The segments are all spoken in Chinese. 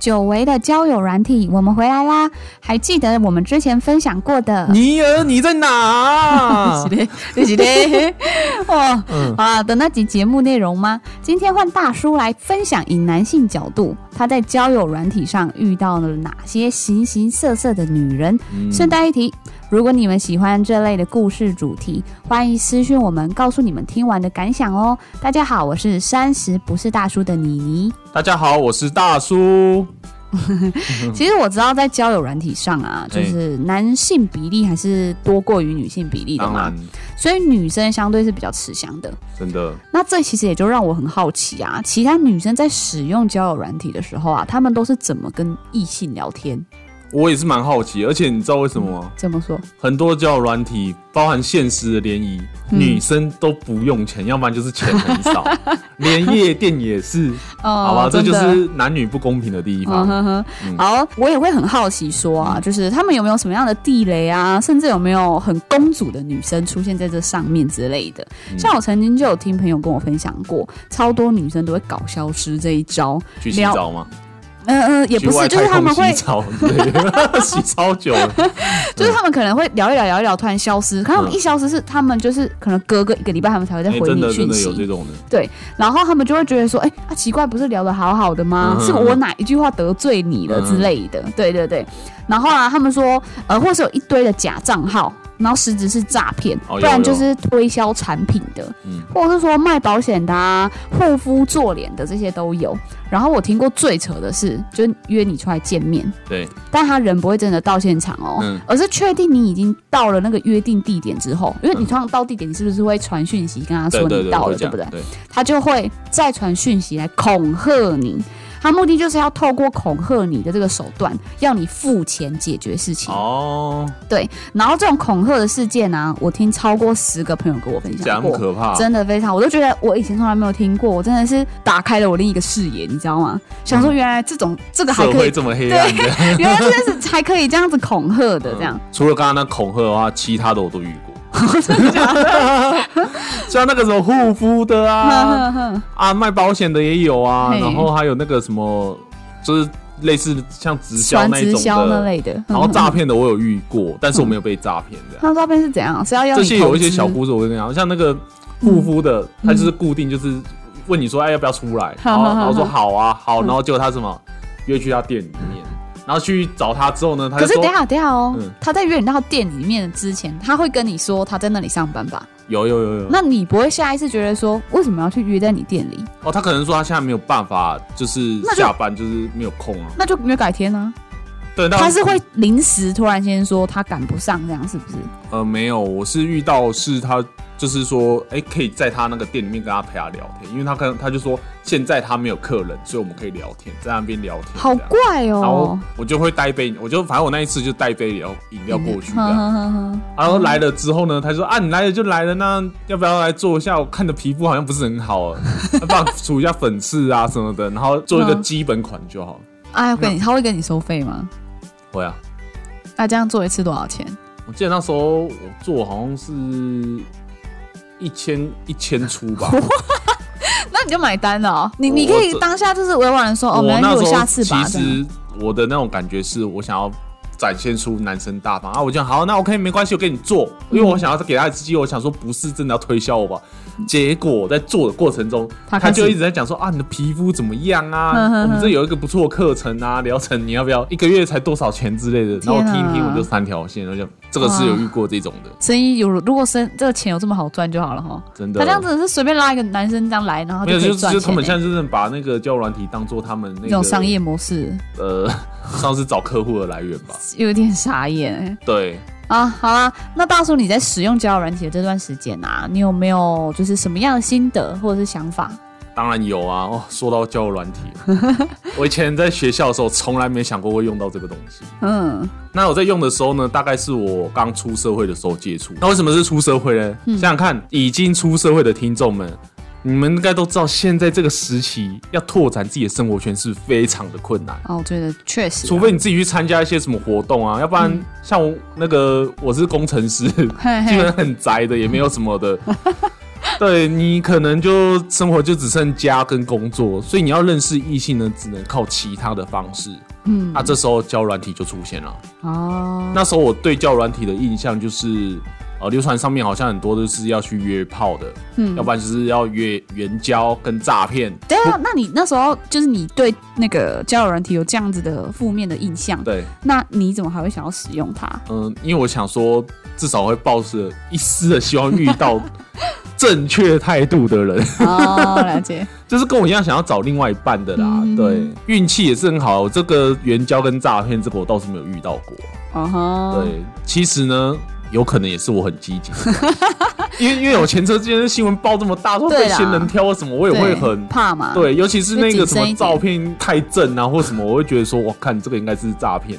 久违的交友软体，我们回来啦！还记得我们之前分享过的？？尼尔，你在哪嘞， 是嘞， 哦，嗯啊的那集节目内容吗？今天换大叔来分享，以男性角度，他在交友软体上遇到了哪些形形色色的女人？嗯顺带一提，如果你们喜欢这类的故事主题，欢迎私讯我们，告诉你们听完的感想哦。大家好，我是三十不是大叔的妮妮。大家好，我是大叔。其实我知道，在交友软体上啊，就嗯哎是男性比例还是多过于女性比例的当嘛然，，所以女生相对是比较吃香的。真的，那这其实也就让我很好奇啊，其他女生在使用交友软体的时候啊，她们都是怎么跟异性聊天？我也是蛮好奇。而且你知道为什么吗？怎么说？很多交友软体，包含现实的联谊，嗯女生都不用钱，要不然就是钱很 少，连夜店也是。哦好吧，这就真的是男女不公平的地嗯方。哼哼嗯，好，我也会很好奇说啊，就是他们有没有什么样的地雷啊，甚至有没有很公主的女生出现在这上面之类的。嗯像我曾经就有听朋友跟我分享过，超多女生都会搞消失这一招。去洗澡吗？嗯、嗯、也不去是，外就是太他空们会洗，澡，对， 洗超久了。就是他们可能会聊一聊聊一聊，突然消失。可他们嗯一消失，是他们就是可能隔个一个礼拜他们才 会再哎回真你的真讯的息。有这种的，然后他们就会觉得说，哎、啊奇怪，不是聊得好好的吗？嗯是我哪一句话得罪你了嗯之类的？对对对。然后啊，他们说，呃，或是有一堆的假账号，然后实质是诈骗，哦有不然就是推销产品的，嗯或者是说卖保险的啊、护肤做脸的这些都有。然后我听过最扯的是，就是约你出来见面，对，但他人不会真的到现场哦，嗯而是确定你已经到了那个约定地点之后，因为你通常到地点，你是不是会传讯息跟他嗯对说对你对，到会了，这对样不对？对，他就会再传讯息来恐吓你。他目的就是要透过恐吓你的这个手段，要你付钱解决事情。哦，然后这种恐吓的事件呢、我听超过十个朋友跟我分这享样过，可怕，真的非常，我都觉得我以前从来没有听过，我真的是打开了我另一个视野，你知道吗？想说原来这种这个还嗯社可会以，这嗯么黑暗的。原来真的是还可以这样子恐吓的这样。 除了刚刚那恐吓的话，其他的我都遇过。 像那个什么护肤的啊， 呵呵呵，啊卖保险的也有啊，嘿然后还有那个什么，就是类似像直销传那一直种销那的，类的，然后诈 骗，骗的我有遇过，但是我没有被诈骗 的。那诈骗是怎样？是要要这你些有投一些资小故事，我跟你讲，像那个护肤的，嗯他就是固定就是问你说，哎，要不要出 来？好然后好好然后说好啊，好，嗯然后结果他什么约去他店里面，然后去找他之后呢，他可就是等一说下等一下哦，嗯他在约你到店里面之前，他会跟你说他在那里上班吧？有有有有，那你不会下意识觉得说为什么要去约在你店里？哦，他可能说他现在没有办法，就是那就下班就是没有空啊。那就约改天啊。对，但他是会临时突然间说他赶不上这样，是不是？呃没有，我是遇到是他就是说，哎，可以在他那个店里面跟他陪他聊天，因为他看他就说现在他没有客人，所以我们可以聊天，在那边聊天。好这样怪然后哦。我就会带一杯，我就反正我那一次就带一杯饮料饮料过去这哼样。哼哼 哼然后来了之后呢，他就说啊，你来了就来了，那要不要来做一下？我看你的皮肤好像不是很好 啊，要不要除一下粉刺啊什么的，然后做一个嗯基本款就好了。哎，我跟你，他会跟你收费吗？会啊，那这样做一次多少钱？我记得那时候我做好像是一千一千出 吧，那你就买单了哦。你我你可以这当下就是委婉的说哦，没我关系，那我时下候次其吧。啊这样实我的那种感觉是我想要展现出男生大方啊，我讲好，那 OK 没关系，我给你做，因为我嗯想要给他一次机会，我想说不是真的要推销我吧。结果在做的过程中，他他开始就一直在讲说啊，你的皮肤怎么样哼哼哼啊？我们这有一个不错的课程啊，疗程你要不要？一个月才多少钱之类的？然后我天听啊一听，我就三条线，我就这个是有遇过这种的，生意有，如果生这个钱有这么好赚就好了哈。真的。他这样子是随便拉一个男生这样来，然后啊没就有，可就以是赚钱就欸。是他们现在就是把那个交友软体当做他们那那个种商业模式，呃， 上次找客户的来源吧。有点傻眼欸对，啊！好啦，那大叔你在使用交友软体的这段时间啊，你有没有就是什么样的心得或者是想法？当然有啊。哦，说到交友 软体，我以前在学校的时候从来没想过会用到这个东西。嗯，那我在用的时候呢，大概是我刚出社会的时候接触。那为什么是出社会呢？嗯想想看，已经出社会的听众们，你们应该都知道，现在这个时期要拓展自己的生活圈是非常的困难。啊，我觉得确实啊，除非你自己去参加一些什么活动啊，要不然像我那个我是工程师，嘿嘿基本上很宅的，也没有什么的。对你可能就生活就只剩家跟工作，所以你要认识异性呢，只能靠其他的方式。嗯，那、这时候交友软体就出现了。哦，那时候我对交友软体的印象就是，呃，流传上面好像很多都是要去约炮的，嗯，要不然就是要约援交跟诈骗。对啊，那你那时候就是你对那个交友软体有这样子的负面的印象，对，那你怎么还会想要使用它？嗯，因为我想说，至少会抱着一丝的希望遇到正确态度的人， 哦，了解，就是跟我一样想要找另外一半的啦。嗯对，运气也是很好，这个援交跟诈骗这个我倒是没有遇到过。哦吼，对，其实呢，有可能也是我很 积极，因为因为我前车之鉴的新闻报这么大，说对啊被啦仙人挑或什么，我也会很。怕嘛，，对，尤其是那就谨个什慎一点么照片太正啊，或什么，我会觉得说，我看这个应该是诈骗。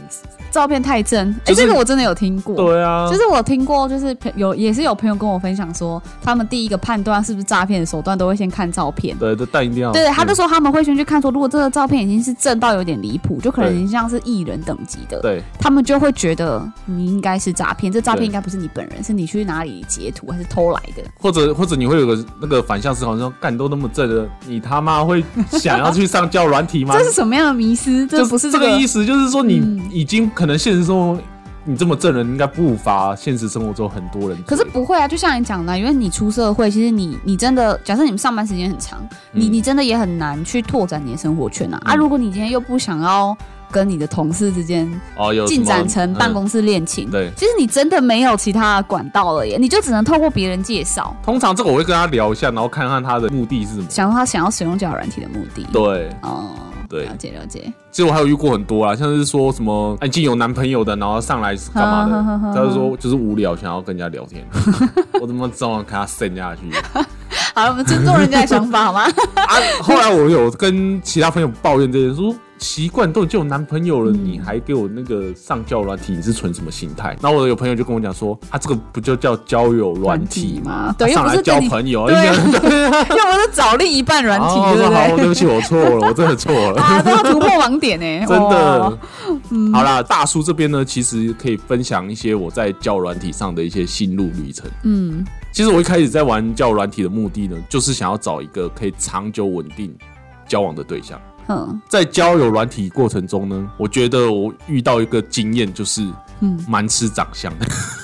照片太真，哎、就是这个我真的有听过，。对啊，就是我听过，就是朋有也是有朋友跟我分享说，他们第一个判断是不是诈骗的手段，都会先看照片。对，啊嗯但一定要对，他就说他们会先去看说，如果这个照片已经是正到有点离谱，就可能已经像是艺人等级的，对他们就会觉得你应该是诈骗，这诈骗对应该不是你本人，是你去哪里截图还是偷来的？或者或者你会有个那个反向思考，说干都那么正了，你他妈会想要去上交友软体吗？ 这是什么样的迷失？这不是这个个意思，就是说你嗯已经可能现实生活你这么正人，应该不乏现实生活中很多人。可是不会啊，就像你讲的啊，因为你出社会，其实你你真的，假设你们上班时间很长，你嗯你真的也很难去拓展你的生活圈啊。啊，嗯如果你今天又不想要跟你的同事之间哦，有什么进展成办、公室恋情嗯，对。其实你真的没有其他的管道了耶，你就只能透过别人介绍，通常这个我会跟他聊一下，然后看看他的目的是什么。想说他想要使用交友软体的目的。对，哦，对了解了解。其实我还有遇过很多啦，像是说什么哎已经有男朋友的，然后上来干嘛哈哈哈哈的，他就说 就是无聊，想要跟人家聊天，我怎么知道跟他陷下去？好了，我们尊重人家的想法好吗？啊，后来我有跟其他朋友抱怨这件事，说习惯都已经有男朋友了，嗯你还给我那个上交友软体，你是存什么心态？然后我有朋友就跟我讲说，啊，这个不就叫交友 软体软体吗吗？对他又上不是来跟交你 朋友， 对啊一个人要不是找另一半软体，哦对不 好，对？对不起，我错了，我真的错 了。啊，都要突破盲点哦呢， 真哇的。，嗯好啦，大叔这边呢，其实可以分享一些我在教软体上的一些心路旅程。嗯其实我一开始在玩教软体的目的呢，就是想要找一个可以长久稳定交往的对象。哼，在交友软体过程中呢，我觉得我遇到一个经验就是，嗯嗯，蛮吃长相的。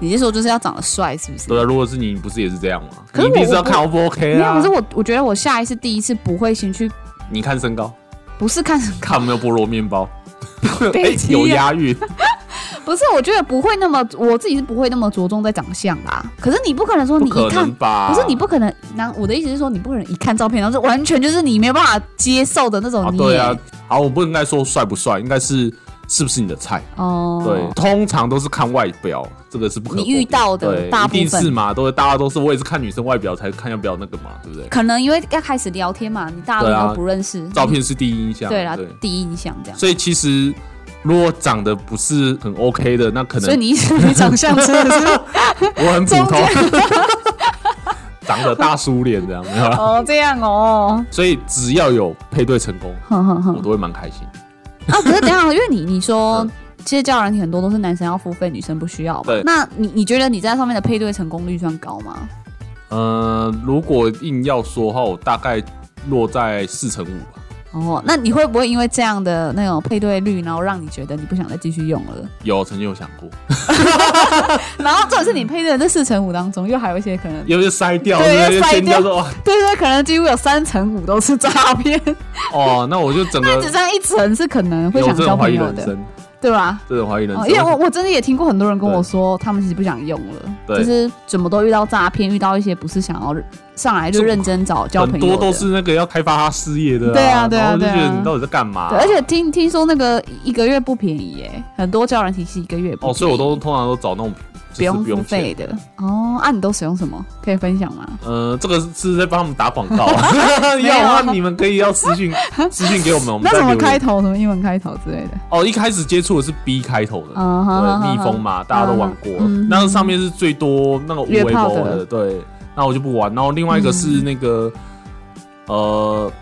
你是说就是要长得帅，是不是？对啊，如果是你，你不是也是这样吗？可你是一定我是要我看 O 不 OK 没有，啊？可是我我觉得我下一次第一次不会先去，你看身高，不是看什 么，看有没有菠萝 面包，哎、北极啊有押韵。不是，我觉得不会那么，我自己是不会那么着重在长相啦。可是 你不可能说不你可一看能，吧？不是你不可能，那我的意思是说你不可能一看照片，然后就完全就是你没有办法接受的那种啊？你对也，啊，好，我不应该说帅不帅，应该是是不是你的菜。哦，对，通常都是看外表，这个是不可你否定遇到的对大部分一定是嘛，都是大家都是，我也是看女生外表才看要不要那个嘛，对不对？可能因为要开始聊天嘛，你大对家啊都不认识，照片是第一印象，对啦对，第一印象这样。所以其实如果长得不是很 OK 的，那可所以能你 你长相真的 是我很普中通， 长得大叔脸这样，没有啦。哦这样哦， 所以只要有配对成功，哼哼哼我。都会蛮开心。啊，可是等一 下，因为你你说嗯，其实交友软体很多都是男生要付费，女生不需要嘛对。那你你觉得你在上面的配对成功率算高吗？呃，如果硬要说的话，我大概落在四成五吧。哦，那你会不会因为这样的那种配对率，然后让你觉得你不想再继续用 了？有曾经有想过，然后重点是你配对的这四成五当中，又还有一些可能，因为筛掉，对因要为筛先掉说哇对对，可能几乎有三成五都是诈骗，哦，那我就整那个只 剩一层是可能会有想这交种怀朋疑友人的，生，对吧？这种怀疑人哦，生。因为我我真的也听过很多人跟我对说，他们其实不想用了，对就是怎么都遇到诈骗，遇到一些不是想要上来就这认真找交朋很友的，多都是那个要开发他事业的、对啊对啊然后就觉对得啊你到底在干嘛、对，而且听听说那个一个月不便宜耶，很多教人体系一个月不便宜哦，所以我都通常都找那种就是不用不付用钱费的。哦，啊，你都使用什么？可以分享吗？呃，这个是在帮他们打广 告、 啊，有要的话你们可以要 私信私信给我们，我们那再什么留开言。头，什么英文开头之类的？哦，一开始接触的是 B 开头的，啊哈哈对，哈蜜蜂嘛，大家都玩过嗯，那上面是最多那个无约微炮波的的，对，那我就不玩。然后嗯另外一个是那个呃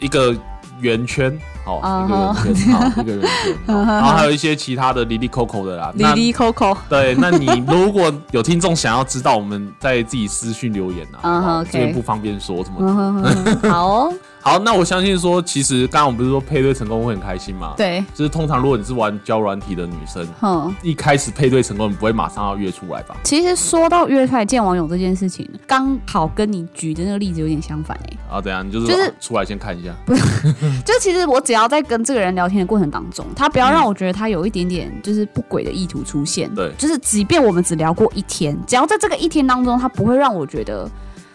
一个圆圈，好，嗯一个人偏好，一个人偏 好，然后还有一些其他的 Lily Coco 的啦。李那李 Coco，对，那你如果有听众想要知道，我们在自己私讯留言啊，嗯好不好，OK 这边不方便说什么的。嗯哼哼 哼好哦，好，那我相信说，其实刚刚我们不是说配对成功会很开心吗？，对，就是通常如果你是玩交友软体的女生，哼。一开始配对成功，你不会马上要约出来吧？其实说到约出来见网友这件事情，刚好跟你举的那个例子有点相反哎、啊，怎样？你就是、就是出来先看一下，就其实我只要在跟这个人聊天的过程当中，他不要让我觉得他有一点点就是不轨的意图出现。嗯对就是即便我们只聊过一天，只要在这个一天当中，他不会让我觉得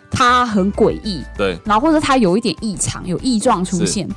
他很诡异，对然后或者他有一点异常、有异状出现，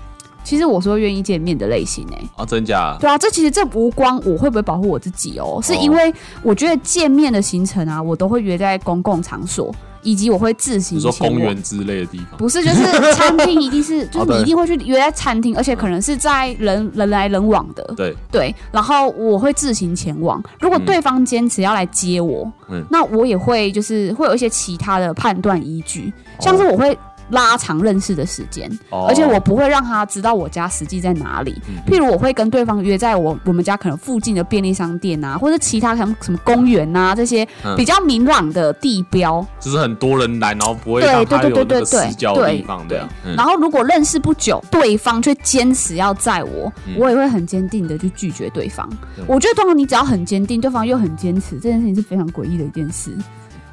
其实我是会愿意见面的类型哎、啊，真假？对啊，这其实这无关我会不会保护我自己哦，是哦因为我觉得见面的行程啊，我都会约在公共场所，以及我会自比行如说前公往。园之类的地方，不是，就是餐厅一定 是，就哦是对你一定会去约在餐厅，而且可能是在人人来人往的，对，对。然后我会自行前往，如果嗯对方坚持要来接我，嗯那我也会就是会有一些其他的判断依据，像哦是我会拉长认识的时间，哦而且我不会让他知道我家实际在哪里。嗯譬如我会跟对方约在我我们家可能附近的便利商店啊，或者其他什么什么公园啊这些嗯比较明朗的地标。就是很多人来，然后不会对让对他对有那个对对死角的对地方，这对样。嗯然后如果认识不久，对方却坚持要载我，嗯我也会很坚定的去拒绝对方。对我觉得通常你只要很坚定，对方又很坚持，这件事情是非常诡异的一件事。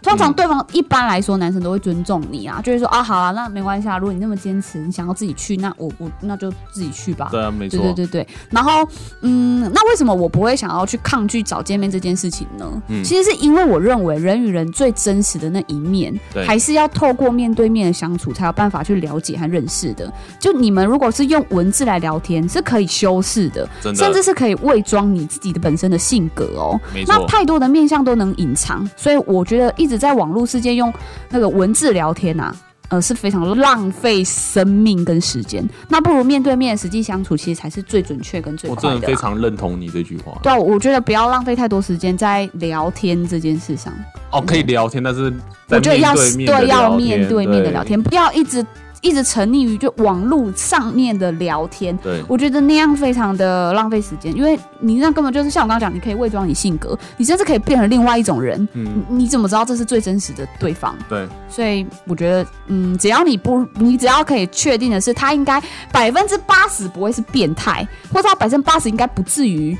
通常嗯对方一般来说，男生都会尊重你啊，就会说啊，好啊，那没关系啊，如果你那么坚持，你想要自己去，那我我那就自己去吧。对啊，没错对，对对对，然后嗯，那为什么我不会想要去抗拒找见面这件事情呢？嗯其实是因为我认为人与人最真实的那一面对，还是要透过面对面的相处才有办法去了解和认识的。就你们如果是用文字来聊天，是可以修饰的，真甚至的，是可以伪装你自己的本身的性格哦。没那错，太多的面相都能隐藏，所以我觉得一直在网络世界用那个文字聊天啊，呃，是非常浪费生命跟时间。那不如面对面实际相处，其实才是最准确跟最我快真的的啊非啦。常认同你这句话。对啊，我觉得不要浪费太多时间在聊天这件事上，哦，可以聊天，但是嗯在我觉得要面对面的对要聊面天对面的聊，天，不要一直一直沉溺于就网络上面的聊天，对，我觉得那样非常的浪费时间，因为你那根本就是像我刚刚讲，你可以伪装你性格，你甚至可以变成另外一种人。嗯你，你怎么知道这是最真实的对方？对，所以我觉得，嗯，只要你不，你只要可以确定的是，他应该百分之八十不会是变态，或者他百分之八十应该不至于，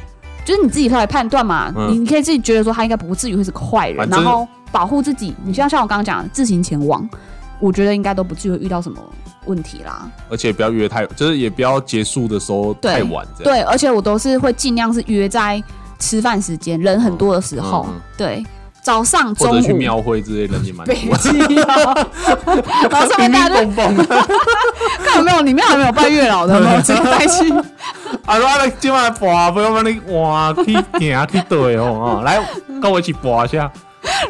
就是你自己后来判断嘛，嗯你你可以自己觉得说他应该不至于会是个坏人反，正然后保护自己。你像像我刚刚讲的，自行前往，我觉得应该都不至于会遇到什么问题啦。而且不要约太，就是也不要结束的时候对太晚，这样。对，而且我都是会尽量是约在吃饭时间，人很多的时候，嗯嗯对，早上、或中者去午。庙会之类，人也 蛮多北。极哦，然后上面大家就蹦蹦蹦，看有没有里面有没有拜月老的吗？我直接带去。啊，我来今晚拔，不要把你哇去行去对哦，啊，来跟我一起拔一下。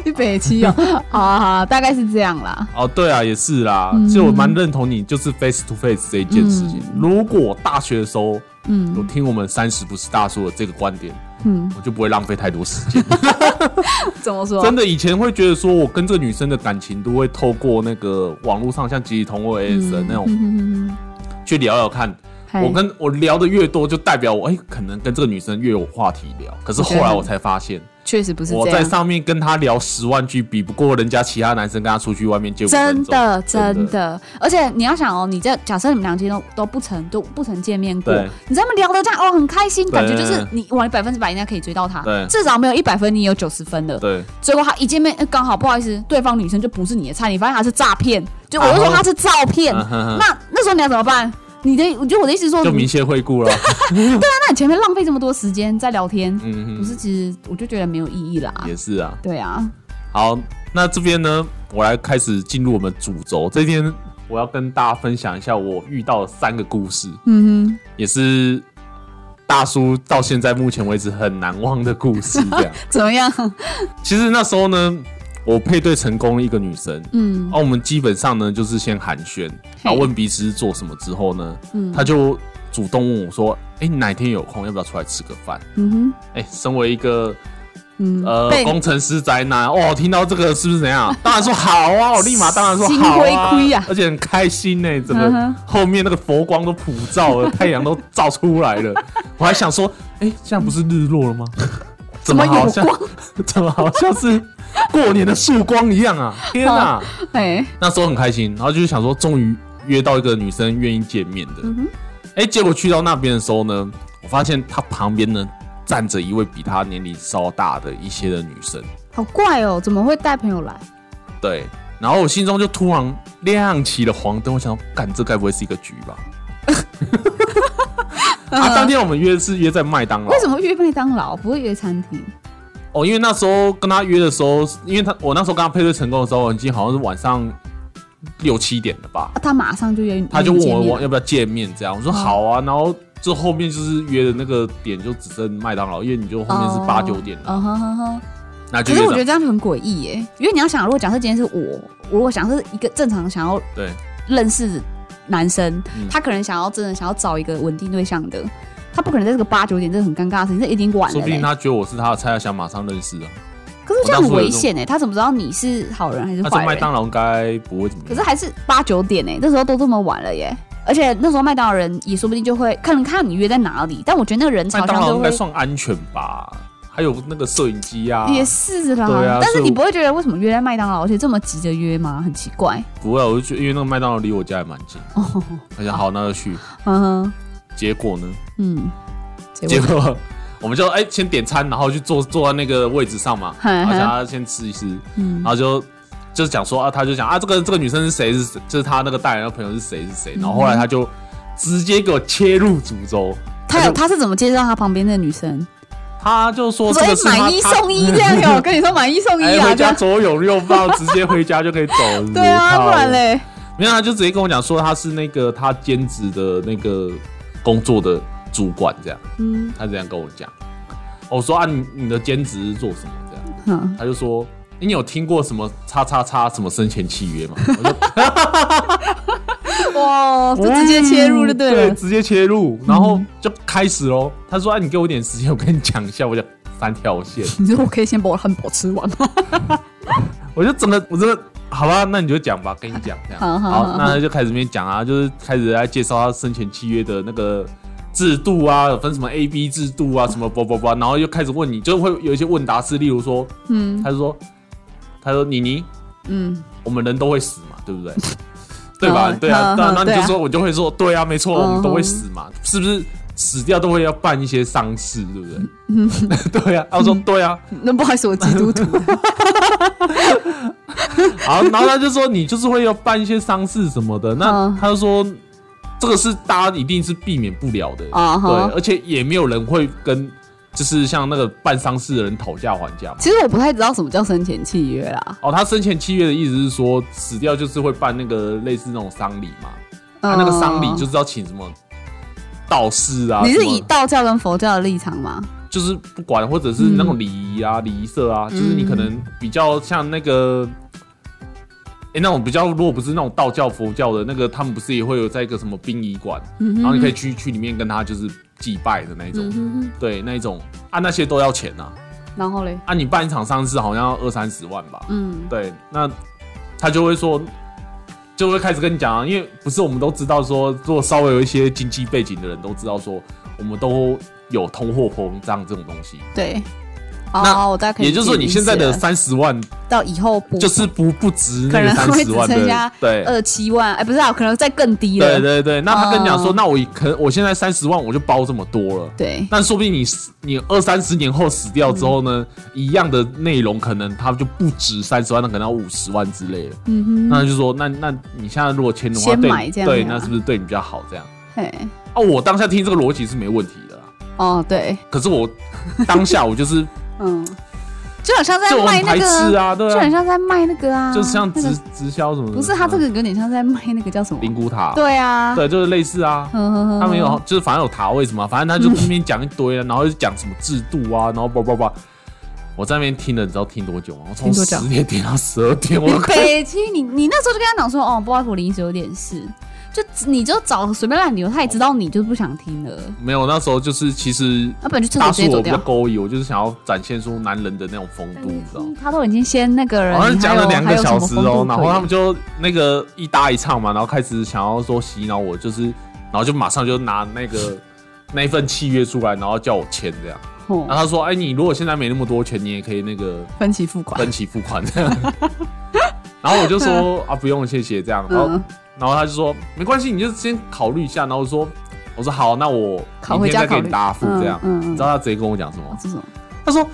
去北七哦，好啊好啊，大概是这样啦。哦，对啊，也是啦，嗯其实我蛮认同你，就是 face to face 这一件事情。如果大学的时候，嗯，有听我们三十不是大叔的这个观点，嗯，我就不会浪费太多时间。怎么说？真的，以前会觉得说我跟这个女生的感情都会透过那个网络上，像集体同或 AS 的那种、嗯，哎去聊聊看。嗨我跟我聊的越多，就代表我哎、可能跟这个女生越有话题聊。可是后来我才发现，确实不是我这在样。上面跟她聊十万句，比不过人家其他男生跟她出去外面见五分真钟。的，真的真的，而且你要想哦，你这假设你们两天都都不曾都不曾见面过对，你这么聊的这样哦，很开心，对感觉就是你哇，百分之百应该可以追到他对，至少没有一百分，你也有九十分了。对，结果他一见面，呃刚好不好意思，对方女生就不是你的菜，你发现她是诈骗，就我就啊说哈她是照片，啊哈哈嗯那那时候你要怎么办？你的，我就我的意思是说，就你明显惠顾了。那你前面浪费这么多时间在聊天，不嗯是，其实我就觉得没有意义啦。 哼，也是啊。对啊， 好，那这边呢，我来开始进入我们主轴。这边我要跟大家分享一下我遇到的三个故事。嗯也是大叔到现在目前为止很难忘的故事。这样，哼，怎么样？ 其实那时候呢，我配对成功一个女生，嗯那、我们基本上呢就是先寒暄，然后问彼此是做什么之后呢，嗯她就主动问我说：“哎、你哪天有空，要不要出来吃个饭嗯哼，？”嗯哎、身为一个呃被工程师宅男哦，听到这个是不是 怎样？当然说好啊，我立马当然说心好啊，亏亏啊而且很开心呢、整嗯个哼后面那个佛光都普照了，太阳都照出来了，我还想说，哎、现在不是日落了吗？怎么么好有像 怎么好像是过年的曙光一样 啊！天啊！哎，那时候很开心，然后就是想说，终于约到一个女生愿意见面的。哎、结果去到那边的时候呢，我发现她旁边呢站着一位比她年龄稍大的一些的女生。好怪哦，怎么会带朋友来？对，然后我心中就突然亮起了黄灯，我想说，干，这该不会是一个局 吧？啊，当天我们约是约在麦当劳为。什么约麦当劳不会约餐厅？哦，因为那时候跟他约的时候，因为他我那时候跟他配对成功的时候，已经好像是晚上六七点了吧。啊他马上就约你，他就问我约你见面我要不要见面，这样我说好啊，然后这后面就是约的那个点就只剩麦当劳，因为你就后面是八九点了，哦呵呵呵那就可是约我觉得上这样就很诡异耶，因为你要想，如果假设今天是我，我如果想是一个正常想要对认识男生，嗯他可能想要真的想要找一个稳定对象的，他不可能在这个八九点，这是很尴尬的事情，这已经晚说了不定嘞。他觉得我是他的菜，他想马上认识啊。可是这样很危险哎，他怎么知道你是好人还是那在坏麦人？当劳应该不会怎么可样。是还是八九点哎，那时候都这么晚了耶。而且那时候麦当劳人也说不定就会看看你约在哪里，但我觉得那个人潮麦当上劳就应该会算安全吧，还有那个摄影 机啊，也是啦。对啊但是所以你我不会觉得为什么约在麦当劳，而且这么急着约吗？很奇怪。不会啊，我就觉得因为那个麦当劳离我家也蛮近，哦，我想好那就去。嗯哼，结果呢？嗯，结果我们就哎、先点餐，然后去坐坐在那个位置 上嘛，嗯然后想要先吃一吃，嗯然后就就讲说啊，他就讲啊，这个这个女生是谁是谁就是他那个带来的朋友是谁是谁，然后后来他就直接给我切入主轴，他有就他是怎么介绍他旁边的女生？他就说我这说个哎是他买一送一这样哟，我 跟你说买一送他一哎啊，回这家样左拥右抱，直接回家就可以走，是不 是对啊，靠不然嘞，没有，他就直接跟我讲说他是那个他兼职的那个工作的主管这样，嗯，他这样跟我讲，我说啊你你的兼职是做什么这样。哼他就说：“欸你有听过什么叉叉叉什么生前契约吗？”我就哇，就直接切入就对对，了，直接切入，然后就开始喽。他说：“啊，你给我一点时间，我跟你讲一下。”我就三条线，你说我可以先把我汉堡吃完啊吗？我就整个我真的好吧，那你就讲吧，跟你讲这样。好好好那他就开始那边讲啊，就是开始来介绍他生前契约的那个。制度啊，有分什么 A B 制度啊，什么叭叭叭，然后又开始问你，就会有一些问答式，例如说，嗯他就说，他说妮妮，嗯，我们人都会死嘛，对 不对？对吧？嗯对啊，嗯对啊嗯，那你对就啊说，我就会说，对啊，没错，嗯我们都会死嘛，是不是？死掉都会要办一些丧事，对 不对？对啊，他说对啊，那不好意思，我基督徒，好，然后他就说你就是会要办一些丧事什么的，那嗯他就说这个是大家一定是避免不了的，啊哈对，而且也没有人会跟就是像那个办丧事的人讨价还价嘛。 其实我不太知道什么叫生前契约啦，哦，他生前契约的意思是说，死掉就是会办那个类似那种丧礼嘛，他那个丧礼嗯就是要请什么道士啊，你什是么以道教跟佛教的立场吗？就是不管，或者是那种礼仪啊、礼仪社啊，就是你可能比较像那个，哎、那种比较，如果不是那种道教、佛教的那个，他们不是也会有在一个什么殡仪馆，然后你可以去去里面跟他就是祭拜的那一种，嗯对，那一种啊，那些都要钱呐、啊，然后嘞，啊，你办一场丧事好像要二三十万吧，嗯，对，那他就会说，就会开始跟你讲啊，因为不是我们都知道说，如果稍微有一些经济背景的人都知道说，我们都有通货膨胀这种东西，对。那哦，我大概可以也就是说你现在的理解三十万了到以后不就是不不值那可个能三会十只万的剩下，对。二七万，哎，不是啊，可能再更低了。对对对，那他跟你讲说，哦那我可能我现在三十万我就包这么多了，对但说不定你死你二三十年后死掉之后呢，一样的内容可能它就不值三十万，那可能要五十万之类的。嗯哼，那就说，那那你现在如果签的话，先对买你这样对，啊那是不是对你比较好？这样嘿，啊，我当下听这个逻辑是没问题的啦。哦，对，可是我当下我就是嗯，就好像 在就卖很那排斥个，啊，对就很啊，像在卖那个啊，就是像直那个直销什么的。不是他这嗯个有点像在卖那个叫什么？灵骨塔，对啊，对，就是类似啊。嗯哼哼，他们有就是反正有塔位什么啊，反正他就那边讲一堆啊，然后就讲什么制度啊，然后叭叭叭。我在那边听了，你知道听多久吗？我从听多久十点听到十二点，我你北七，你你那时候就跟他讲说，哦，不好意思，我临时有点事。就你就找随便烂理由，他也知道你就是不想听了，啊没有，那时候就是其实要不然就趁大手直叔接走我比较掉。勾引，我就是想要展现出男人的那种风度，你知道吗？他都已经先那个人，好像讲了你还有两个小时哦、还有什么风度可然言后他们就那个一搭一唱嘛，然后开始想要说洗脑我，就是，然后就马上就拿那个那一份契约出来，然后叫我签这样。哦然后他说：“哎、你如果现在没那么多钱，你也可以那个分期付款分，期付款这样。”然后我就说：“啊，不用，谢谢。”这样，然后、嗯，然后他就说：“没关系，你就先考虑一下。”然后我说：“我说好，那我考明回天家再给考虑你答复。”这样，嗯嗯嗯你知道他直接跟我讲什么吗？这种他说：“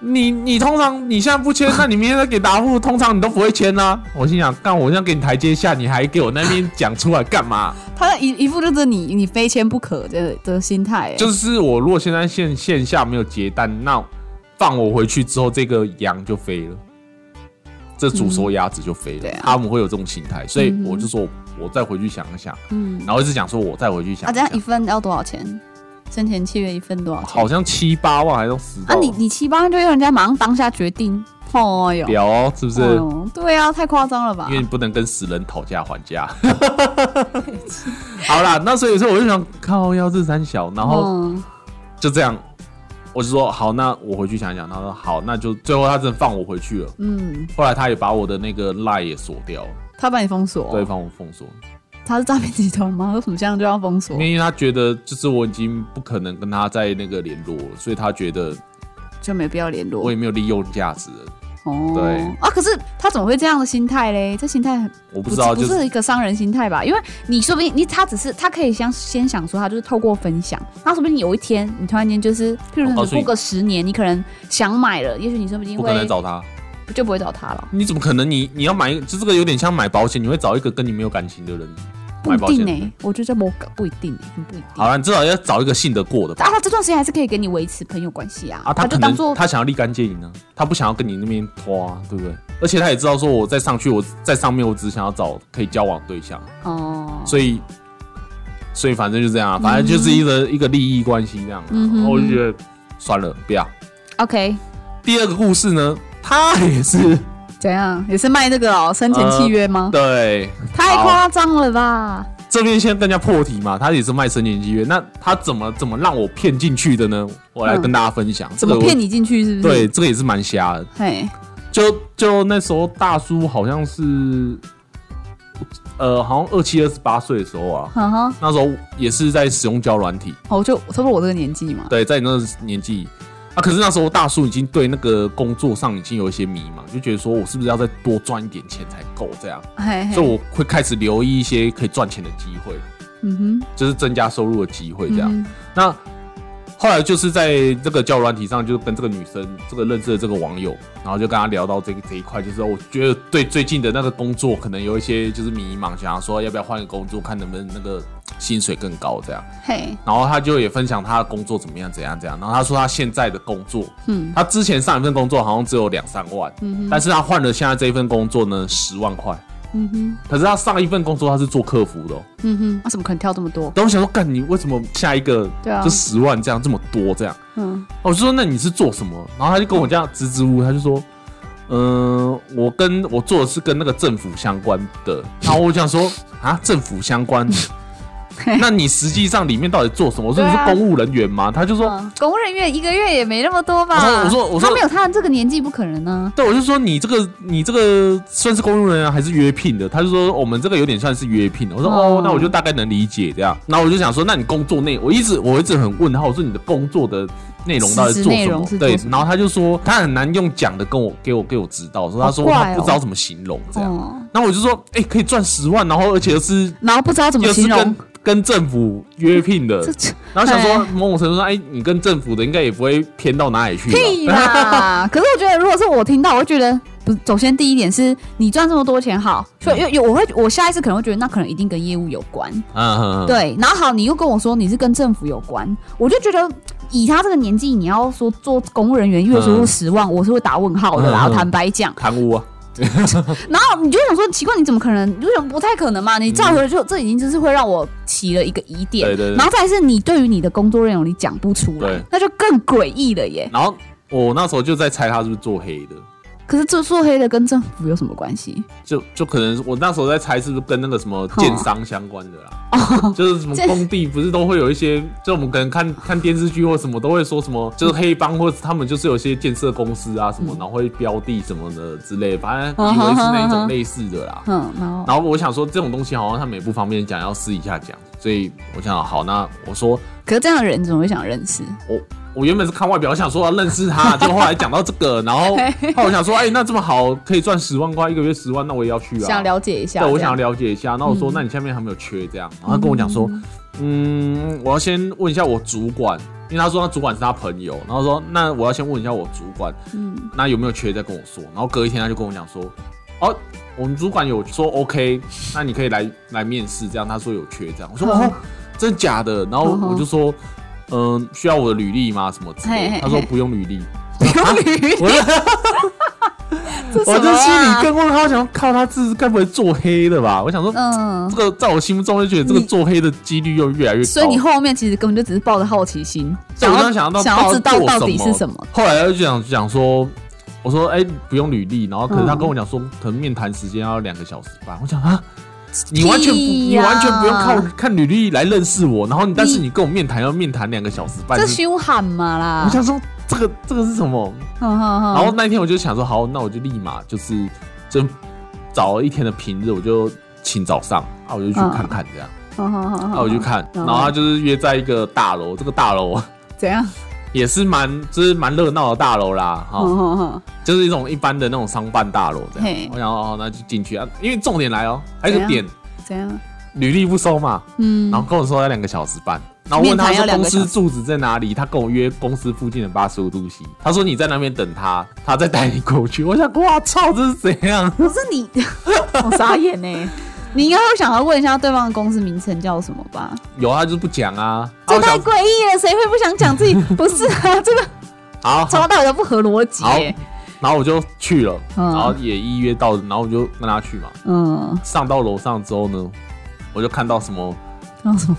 你你通常你现在不签，那你明天再给答复，通常你都不会签啊。”我心想：“干，我现在给你台阶下，你还给我那边讲出来干嘛？他一一副就是你你非签不可的的心态、欸，就是我如果现在线线下没有结单，那放我回去之后，这个羊就飞了，这煮熟鸭子就飞了。对啊他们会有这种心态，所以嗯哼我就说我再回去想一想，嗯，然后一直讲说我再回去想啊，一这想，样一份要多少钱？生前契约一份多少钱？好像七八万还是十啊万，你你七八万就要人家马上当下决定，哦哟，屌哦，是不是？哎呦对啊，太夸张了吧因？为你不能跟死人讨价还价。 好啦，那所以说我就想靠幺至三小，然后嗯就这样，我就说好，那我回去想一想。他说好，那就最后他真的放我回去了。嗯，后来他也把我的那个 line 也锁掉了，他把你封锁，对，放我封锁，他是诈骗集团吗？有 什么这样就要封锁因？为他觉得就是我已经不可能跟他在那个联络了，所以他觉得就没必要联我络也没有利用价值了。哦。对啊，可是他怎么会这样的心态嘞？这心态很我不不知道，不就是是一个商人心态吧？因为你说不定你他只是他可以先先想说他就是透过分享，然后说不定有一天你突然间就是，譬如我说告诉你你过个十年，你可能想买了，也许你说不定不可能会找他。就不会找他了。你怎么可能你？你要买一个，就这个有点像买保险，你会找一个跟你没有感情的人不买一保定险。呢、我觉得这不不一定、欸，很不一定。好了，你至少要找一个信得过的吧啊，。他这段时间还是可以跟你维持朋友关系啊，啊，他就可当能做他想要立竿见影呢、啊他不想要跟你那边拖啊，对不对？而且他也知道说我再上去，我在上面我只想要找可以交往对象，哦，所以所以反正就这样、啊，反正就是一个、一个利益关系这样、啊。嗯哼然后我就觉得算了，不要。 OK，第二个故事呢，嗯他也是怎样也是卖这个哦，生前契约吗？呃对太夸张了吧！这边先更加破题嘛，他也是卖生前契约，那他怎么怎么让我骗进去的呢？我来嗯跟大家分享，怎这个么我骗你进去是不是？对，这个也是蛮瞎的。嘿，就就那时候大叔好像是，呃，好像二七二十八岁的时候啊，哈哈，那时候也是在使用交软体，哦，就差不多我这个年纪嘛，对，在你那个年纪。啊！可是那时候大叔已经对那个工作上已经有一些迷茫，就觉得说我是不是要再多赚一点钱才够这样，嘿所以嘿，我会开始留意一些可以赚钱的机会，嗯就是增加收入的机会哼，这样。嗯那后来就是在这个交友软体上，就跟这个女生，这个认识的这个网友，然后就跟她聊到这个这一块，就是我觉得对最近的那个工作可能有一些就是迷茫，想要说要不要换个工作，看能不能那个薪水更高这样。哼嘿，然后她就也分享她的工作怎么样怎样怎样，然后她说她现在的工作，嗯她之前上一份工作好像只有两三万，嗯哼，但是她换了现在这一份工作呢十万块，嗯哼，可是她上一份工作她是做客服的、哦。嗯哼，那、怎么可能跳这么多？然后我想说，干你为什么下一个对啊就十万这样这么多这样？嗯，我就说那你是做什么？然后他就跟我这样支支吾吾，他就说，嗯、我跟我做的是跟那个政府相关的。然后我就想说啊，政府 相关，那你实际上里面到底做什么？我说对你是啊公务人员吗？他就说，嗯公务人员一个月也没那么多吧？我说我说我说他没有他这个年纪不可能呢、对，我就说你这个你这个算是公务人员还是约聘的？他就说我们这个有点算是约聘的。我说哦哦，那我就大概能理解这样。然后我就想说，那你工作内，我一直我一直很问号，我说你的工作的内容到底实是质做内什容么是？做对什，么然后他就说他很难用讲的跟我给我给我指导，说他说好怪他哦不知道怎么形容这样。哦，那我就说，哎，可以赚十万，然后而且又是然后不知道怎么又形是容跟，跟政府约聘的这，这然后想说哎某种程度上，哎，你跟政府的应该也不会偏到哪里去吧。屁啦！可是我觉得，如果是我听到，我会觉得，不是，首先第一点是你赚这么多钱好，所以有有我会，我下一次可能会觉得那可能一定跟业务有关， 嗯嗯嗯，对。然后好，你又跟我说你是跟政府有关，我就觉得以他这个年纪，你要说做公务人员月收入嗯十万，我是会打问号的啦。嗯嗯坦白讲，贪污啊。然后你就想说奇怪，你怎么可能？就是不太可能嘛？你照着就、这已经就是会让我起了一个疑点。嗯对对对然后再来是你对于你的工作内容你讲不出来对，那就更诡异了耶。然后我那时候就在猜他是不是做黑的，可是这做黑的跟政府有什么关系？就就可能我那时候在猜，是不是跟那个什么建商相关的啦？就是什么工地不是都会有一些，就我们可能看看电视剧或什么都会说什么，就是黑帮或者他们就是有些建设公司啊什么，然后会标地什么的之类，反正以为是那一种类似的啦。嗯，然后然后我想说这种东西好像他们也不方便讲，要私底下讲，所以我想好，那我说可是这样的人你怎么会想认识？我我原本是看外表，我想说要认识他，结果后来讲到这个，然后后来我想说，哎、那这么好，可以赚十万块一个月十万，那我也要去啊。想了解一下，对，我这样想要了解一下。那我嗯说，那你下面还没有缺这样？然后他跟我讲说，嗯，我要先问一下我主管，因为他说他主管是他朋友，然后说那我要先问一下我主管，嗯，那有没有缺再跟我说。然后隔一天他就跟我讲说，哦，我们主管有说 OK，那你可以来来面试这样。他说有缺这样，我说嗯哦，真假的？然后嗯哼我就说，嗯，需要我的履历吗？什么之类嘿嘿的？他说嘿不用履 历。有理，我就这我什么就心啊里更问号，我想说靠他自己该不会做黑的吧？我想说，嗯这，个在我心目中就觉得这个你做黑的几率又越来越高。所以你后面其实根本就只是抱着好奇心，所以我要刚想到想要知道做到底是什么。后来他就讲讲说，我说哎、不用履历，然后可能他跟我讲说，可能面谈时间要两个小时半。我想啊，你完全不，屁你呀完全不用靠看履历来认识我，然后你但是你你跟我面谈要面谈两个小时半这，是凶悍嘛啦我！想说这个这个是什么？哼哼哼然后那一天我就想说，好，那我就立马就是就找一天的平日，我就请早上啊，我就去嗯看看这样，哼哼哼哼啊我就看，然然后后他就是约在一个大楼，这个大楼怎样？也是蛮就是蛮热闹的大楼啦，哈、哼哼哼就是一种一般的那种商办大楼这哦嘿样。我想哦，那就进去啊，因为重点来哦，还有一个怎点样，怎样？履历不收嘛，嗯然后跟我说要两个小时半。然后问他面谈要说两公个小时司住址在哪里，他跟我约公司附近的八十五度 C。他说你在那边等他，他再带你过去。我想，哇操，这是怎样？不是你， 我傻眼呢。你应该会想要问一下对方的公司名称叫什么吧？有啊，就是不讲啊。啊这我太想诡异了，谁会不想讲自己？不是啊，这个 好，从头到尾都不合逻辑好耶。然后我就去了，嗯然后也预约到，然后我就跟他去嘛。嗯，上到楼上之后呢，我就看到什么，叫什么？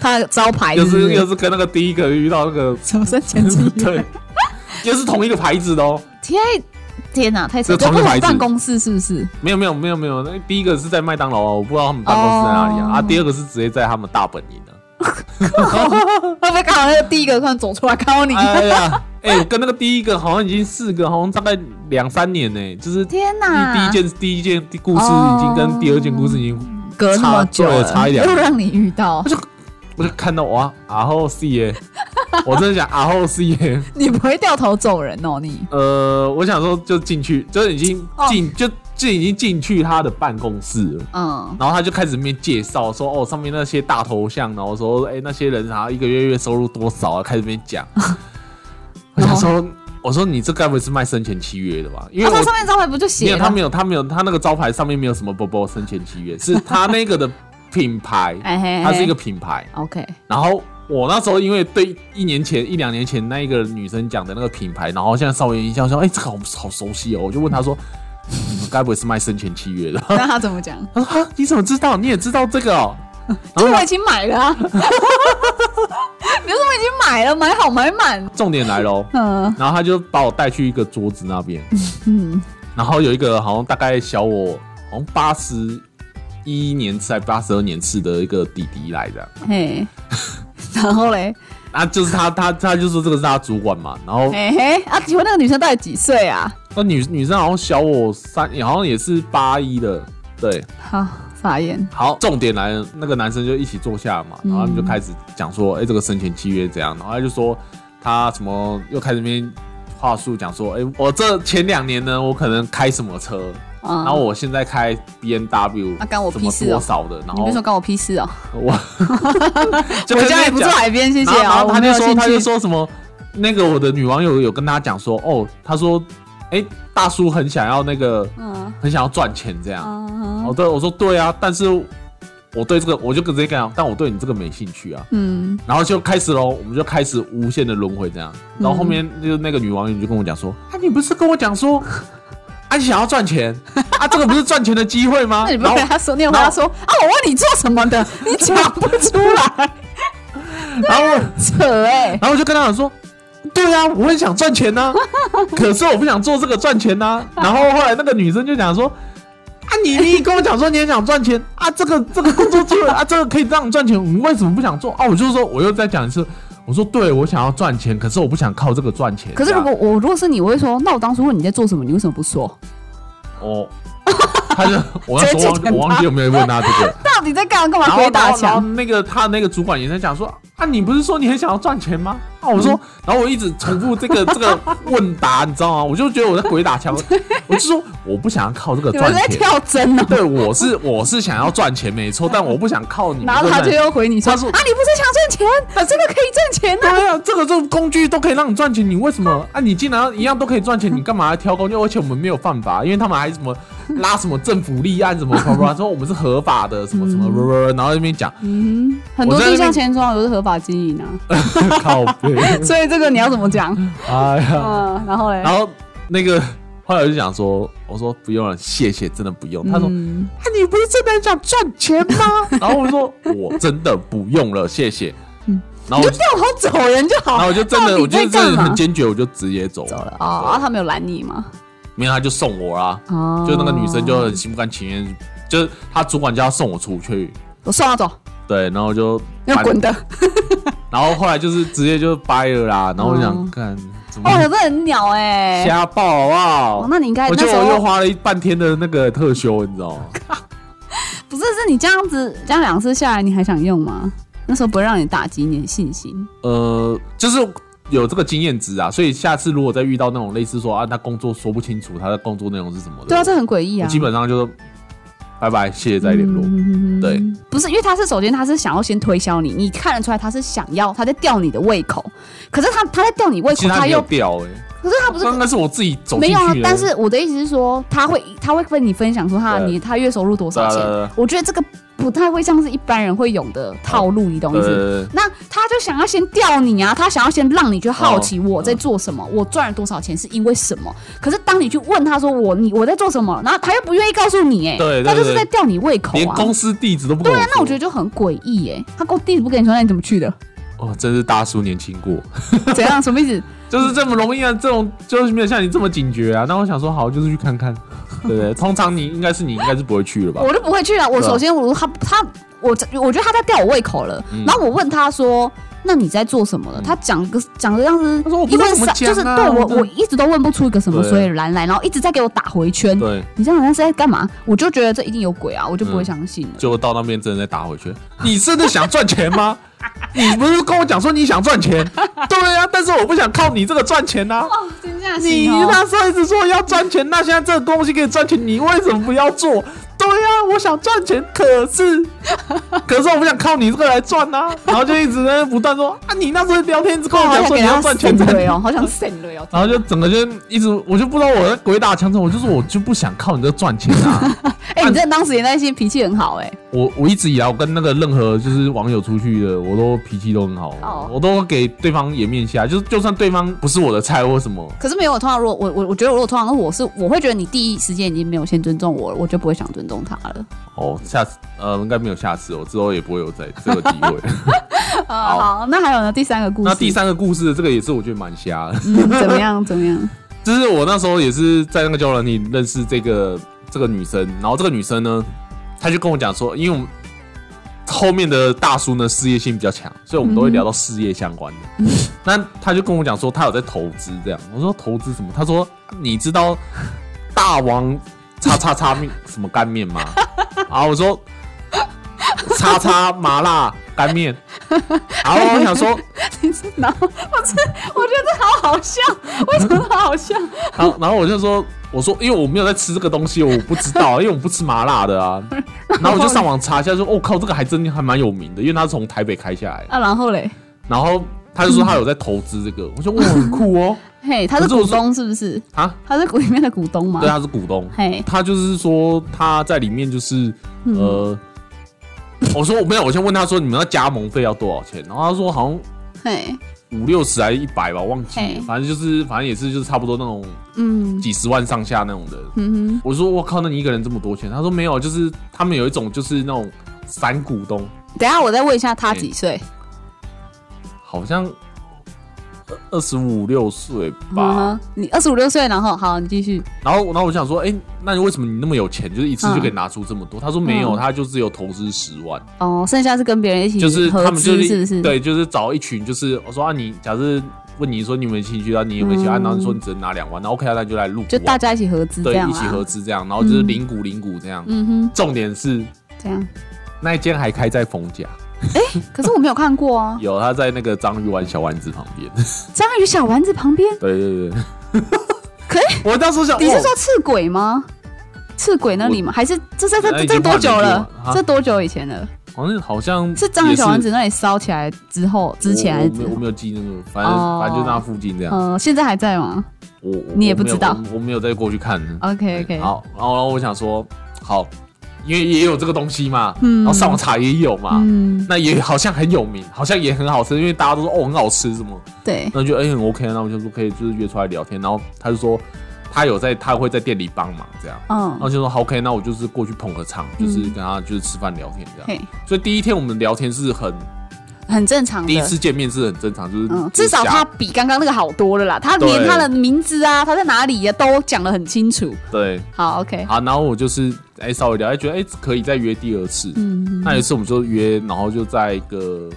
他的招牌又不是又是跟那个第一个遇到那 个，什么生前记忆？ 对，又是同一个牌子的哦。天啊天哪，太扯！这这同不一个牌同子办公室是不是？没有没有没有没有，那第一个是在麦当劳啊，我不知道他们办公室在哪里啊。哦啊，第二个是直接在他们大本 营啊。会不会刚好那个第一个突然走出来看到你？哎呀，哎，跟那个第一个好像已经四个，好像大概两三年呢、就是第 天啊哪！第一件第一件故事已经跟第二件故事哦已经隔那么久差对了，差一两又让你遇到，我就看到哇，啊阿后 C 耶， 我真的想啊阿后 C 耶。你不会掉头走人哦，你呃，我想说就进去，就是已经哦进、就就已经进去他的办公室了。嗯然后他就开始面介绍说，哦，上面那些大头像，然后说，哎，那些人啊，一个月月收入多少啊？开始面 讲。我想说，我说你这该不会是卖生前契约的吧？因为啊，我哦它上面招牌不就没写有，他了？，没有，他没有，他那个招牌上面没有什么波波生前契约，是他那个的品牌哎嘿嘿，它是一个品牌。 OK，然后我那时候因为对一年前、一两年前那一个女生讲的那个品牌，然后现在稍微一下说，哎、这个好好熟悉哦，我就问她说，你们该不会是卖生前契约的？那他怎么讲？她说啊，你怎么知道？你也知道这 个哦？然就后我她已经买了 啊，你就说我已经买了，买好买满，重点来喽，嗯然后她就把我带去一个桌子那边，嗯，然后有一个好像大概小我好像八十一年次还八十二年次的一个弟弟来的，嘿，然后嘞，啊，就是 他他他就说这个是他主管嘛，然后嘿嘿，啊，请问那个女生到底几岁啊？那女女生好像小我三，好像也是八一的，对。好，傻眼，好，重点来了，那个男生就一起坐下了嘛，嗯然后他们就开始讲说，哎、这个生前契约怎样，然后他就说他什么又开始那边话术讲说，哎、我这前两年呢，我可能开什么车，嗯，然后我现在开 B N W，啊干我什屁么事哦多少的，然你后别说关我屁事哦， 我就我跟家那也不住讲海边，谢谢然后然啊，后我他没就有说兴他就趣，说什么，那个我的女网友有跟他讲说，哦，他说，哎、大叔很想要那个，嗯很想要赚钱这样。嗯哦，对，我说对啊，但是我对这个，我就直接跟他讲，但我对你这个没兴趣啊。嗯，然后就开始喽，我们就开始无限的轮回这样。然后后面嗯就那个女网友就跟我讲说，啊，你不是跟我讲说，啊，你想要赚钱，啊，这个不是赚钱的机会吗 那你？不然后跟他说，你有跟他说啊？我问你做什么 的， 你讲不出来，然后我扯哎、哎然后我就跟他讲说，对啊，我很想赚钱呐、 可是我不想做这个赚钱呐、然后后来那个女生就讲说。啊你，你跟我讲说你很想赚钱啊，这个这个工作机会啊，这个可以让你赚钱，你为什么不想做啊？我就说，我又再讲一次，我说对我想要赚钱，可是我不想靠这个赚钱。可是这如样果我如果是你，我会说，那我当初问你在做什么，你为什么不说？哦，他就我那 直时接候剪忘我忘记有没有问他这个，到底在干嘛？干然嘛后鬼打然后然后墙？那个他那个主管也在讲说啊，你不是说你很想要赚钱吗？啊，我说，嗯然后我一直重复这个 这个问答，你知道吗？我就觉得我在鬼打墙， 我就说我不想要靠这个你们赚在钱。跳针哦、对，我是我是想要赚钱没 错，但我不想靠你们然后这他个就又回你说：“啊，他你不说是想赚钱？ 啊，这个可以赚钱呢、对啊，这个这个工具都可以让你赚钱，你为什么啊？你竟然一样都可以赚钱，你干嘛还挑工具？而且我们没有犯法，因为他们还什么 拉什么政府立案什么啪啪，说我们是合法的，什么什么，然后在那边讲嗯，很多我在那地下边钱庄都是合法经 营啊，靠背，所以这个你要怎么 讲？哎呀，嗯，然后嘞，然后那个后来我就想说，我说不用了，谢谢，真的不用。他说。嗯啊，你不是真的很想赚钱 吗？然后我说我真的不用了，谢谢。嗯然你后啊我啊就掉头走人就好。然后我就真的，到我底就在真干的嘛很坚决，我就直接走走了了。哦，然后他没有拦你吗？没有他就送我啦。哦，就那个女生就很心不甘情愿，就是她主管就要送我出去，我送他走，对，然后我就要滚的。然后后来就是直接就掰了啦，然后我想嗯看、怎哦，么真的很鸟哎、瞎爆好哦不，好？那你应该我那就时我又候花了一半天的那个特休，你知道吗？不是是你这样子，这样两次下来，你还想用吗？那时候不会让你打击你的信心。呃，就是有这个经验值啊，所以下次如果再遇到那种类似说啊，他工作说不清楚他的工作内容是什么的，对啊，这很诡异我啊。基本上就是拜拜，谢谢再联络。嗯对，不是因为他是首先他是想要先推销你，你看得出来他是想要他在吊你的胃口，可是他他在吊你胃其口，实他他没有又掉哎、可是他不是刚刚是我自己走进没去有啊的，，但是我的意思是说他会他会跟你分享说他对你他月收入多少对啊对对钱，我觉得这个不太会像是一般人会有的套路，你懂意思？呃，那他就想要先吊你啊，他想要先让你去好哦奇我在做什么，我赚了多少钱是因为什么。可是当你去问他说我你我在做什么，然后他又不愿意告诉你、哎，对对他就是对在吊你胃口连啊。公司地址都不跟对我啊，那我觉得说就很诡异哎，他给我地址不跟你说，那你怎么 去的？哦，真是大叔年轻过， 怎样？什么意思？就是这么容易啊，这种就是没有像你这么警觉啊。那我想说，好，就是去看看，对不对？通常你应该是你应该是不会去了吧？我就不会去啊。我对啊首先我他他我我觉得他在吊我胃口了。嗯然后我问他说。那你在做什么了？嗯他讲个讲的样子，他说我不一知道问怎么三讲就是啊对我我真的我一直都问不出一个什么对啊所以然来，然后一直在给我打回圈。对，你这样好像是在干嘛？我就觉得这一定有鬼啊，我就不会嗯相信了。结果到那边真的再打回去。你真的想赚钱吗？你不是跟我讲说你想赚钱？对啊，但是我不想靠你这个赚钱呐、哦，真假你那时候一直说要赚钱，那现在这个东西可以赚钱，你为什么不要做？对呀、我想赚钱，可是， 可是我不想靠你这个来赚呐、然后就一直在那不断说啊，你那时候聊天一直跟我好讲想说给你要他赚钱省的，略哦，好想省略哦。 然后就整个就一直，我就不知道我在鬼打墙什么，我就说我就不想靠你这赚钱啊。哎，你真的当时也耐心，脾气很好哎。我我一直以来我跟那个任何就是网友出去的，我都脾气都很好哦我都给对方颜面下，就是就算对方不是我的菜或什么，可是没有，我通常如果我我我觉得如果通常我是我会觉得你第一时间已经没有先尊重我了，我就不会想尊重他了。哦，下次呃应该没有下次，我之后也不会有再这个机会。好哦好，那还有呢？第三个故事，那第三个故事，这个也是我觉得蛮瞎的，嗯怎么样？ 怎么样？就是我那时候也是在那个交友软体认识这个这个女生，然后这个女生呢，她就跟我讲说，因为我们后面的大叔呢事业心比较强，所以我们都会聊到事业相关的。那她就跟我讲说，她有在投资这样，我说投资什么？她说你知道大王叉叉叉面什么干面吗？ 然后我说叉叉麻辣干面，然后我想说。你是哪？我这我觉得这好好笑，为什么好笑？ 然后然后我就说，我说因为我没有在吃这个东西，我不知道，因为我不吃麻辣的 啊。然后我就上网查一下，说哦靠，这个还真还蛮有名的，因为他是从台北开下来的。啊，然后嘞，然后他就说他有在投资这个，我说哇很酷哦嘿，他是可是我股是东是不是？啊，他是股里面的股东吗？对，他啊是 股东，嘿，他就是说他在里面就是嗯呃，我说我没有，我先问他说你们要加盟费要多少钱，然后他说好像嘿，五六十还是一百吧，忘记嘿了，反正就是反正也是就是差不多那种嗯几十万上下那种的，嗯我说我靠，那你一个人这么多钱？他说没有，就是他们有一种就是那种散股东，哼，等一下我再问一下他几岁？好像二十五六岁嗯吧，哼你二十五六岁，然后好，你继续。然后然后我想说，哎、那为什么你那么有钱，就是一次就可以拿出这么多？他说没有，嗯他就只有投资十万，哦，剩下是跟别人一起就是合他们就资，是不是？，对，就是找一群，就是我说啊你，假设问你说你有没有兴趣啊，你有没有兴趣啊？嗯然后你说你只能拿两万，那 OK 啊，那你就来录五万，就大家一起合资这对样一啦起合。资这样，然后就是嗯零股零股这样。嗯哼，重点是这样。那一间还开在逢甲，，可是我没有看过啊有他在那个章鱼湾小丸子旁边。章鱼小丸子旁边，对对对。可以，我当时想，你是哦说赤鬼吗？赤鬼那里吗？还是这这那这呃已这经多久了换了地方了啊？这多久以前了？好像好像是章鱼小丸也子那里烧起来之后，之是前还我是我之没有我后？没有记那个，反正、哦反正就那附近这样。呃，现在还在吗我我你也我没有不知道我我没有再过去看。 ？OK OK，好，然后然后我想说，好，因为也有这个东西嘛，嗯然后上网查也有嘛。嗯，那也好像很有名，好像也很好吃，因为大家都说哦很好吃什么，对，那就哎、很 OK，那我就说可以就是约出来聊天，然后他就说他有在他会在店里帮忙这样，嗯然，后就说好 OK，那我就是过去捧个场，就是跟他就是吃饭聊天这样。嘿，所以第一天我们聊天是很很正常的。第一次见面是很正常，就是、嗯，就至是少瞎他比刚刚那个好多了啦。他连对他的名字啊，他在哪里呀、都讲得很清楚。对好，OK，好，然后我就是哎、稍微聊，哎觉得哎、可以再约第二次。嗯，那有一次我们就约，然后就在一个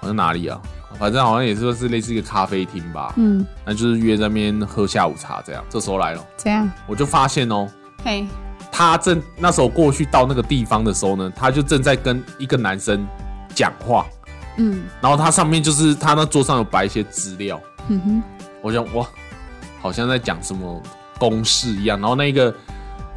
好像哪里啊，反正好像也是是类似一个咖啡厅吧，嗯，那就是约在那边喝下午茶这样。这时候来了，这样，我就发现哦，嘿，他正那时候过去到那个地方的时候呢，他就正在跟一个男生讲话，嗯，然后他上面就是他那桌上有摆一些资料，嗯哼，我想哇，好像在讲什么公式一样。然后那个